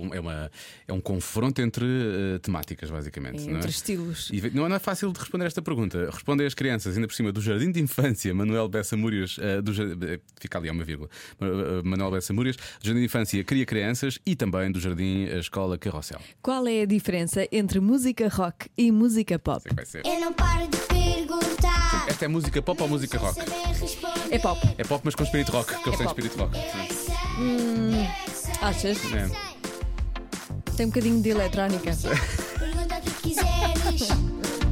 um, é, uma, é um confronto entre eh, temáticas, basicamente. Entre não é? estilos. E ve- não é fácil de responder esta pergunta. Respondem as crianças, ainda por cima, do Jardim de Infância, Manuel Bessa Múrias, eh, do jar- eh, fica ali é uma vírgula. Ma- eh, Manuel Bessa Múrias, do Jardim de Infância Cria Crianças e também do Jardim eh, Escola Carrossel. Qual é a diferença entre música rock e música pop? Sei que vai ser. Eu não paro de perguntar. Esta é música pop ou música rock? É pop. É pop, mas com espírito rock, que É eles têm espírito rock. é Hum, Achas? É. Tem um bocadinho de eletrónica. Pergunta o que quiseres.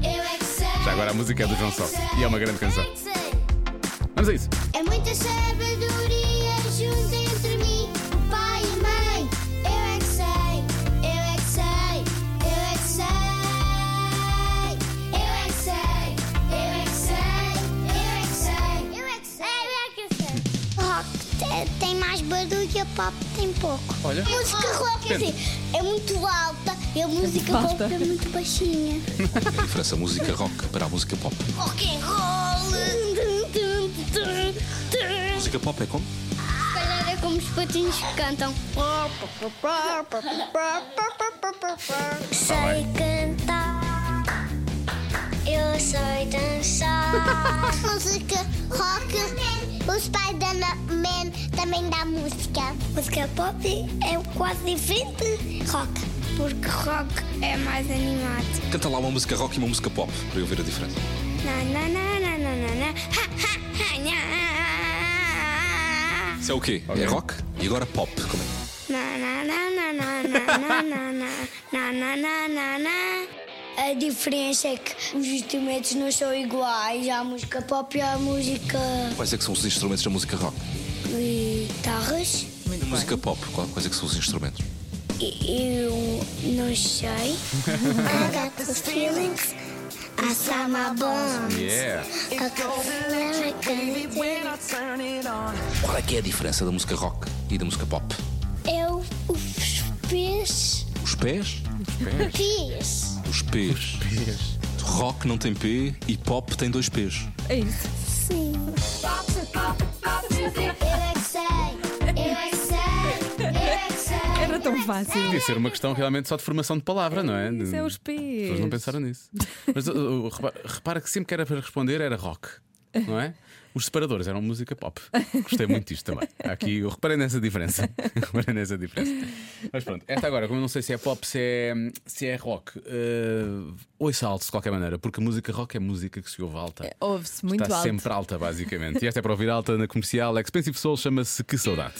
Eu é que sei. Já agora a música é do João Sol e é uma grande canção. Vamos a isso. É muita sabedoria junto entre mim, o pai e a mãe. Eu é que sei, eu é que sei, eu é que sei. Eu é que sei, eu é que sei, eu é que sei. Eu é que sei, eu é que sei. Rock tem mais barulho e a pop tem pouco. Olha. A música rock é, assim, é muito alta e a música Alta. pop é muito baixinha. A diferença música rock para a música pop. Rock and roll. Música pop é como? calhar é como os patinhos que cantam. Sei cantar, eu sei dançar. música rock, o Spider-Man também dá música. Música pop é quase diferente rock, porque rock é mais animado. Canta lá uma música rock e uma música pop para eu ver a diferença. Na, na, na, na, na, na, na. Ha, ha, ha, nha. Isso é o quê? É rock e agora pop. Como é? A diferença é que os instrumentos não são iguais. Há a música pop e há a música Quais é que são os instrumentos da música rock? guitarras. Na música pop, qual- quais é que são os instrumentos? Eu não sei. I got those feelings. I saw my bones. Yeah. I got American. Qual é que é a diferença da música rock e da música pop? Eu os pés. Os pés? Pés. Os P's. Rock não tem P e pop tem dois P's. É isso. Sim. Eu é que sei. Eu é que sei. Eu é que sei. Era tão fácil. Podia ser uma questão realmente só de formação de palavra, não é? Isso é os As pessoas não P's. pensaram nisso. Mas uh, uh, repara, repara que sempre que era para responder era rock, não é? Os separadores eram música pop. Gostei muito disto também. Aqui eu reparei nessa diferença. reparei nessa diferença. Mas pronto, esta agora, como eu não sei se é pop, se é, se é rock, uh, ouça alto de qualquer maneira, porque a música rock é música que se ouve alta. Ouve-se É, muito Está alto. sempre alta, basicamente. E esta é para ouvir alta na comercial. A Expensive Soul chama-se Que Saudade.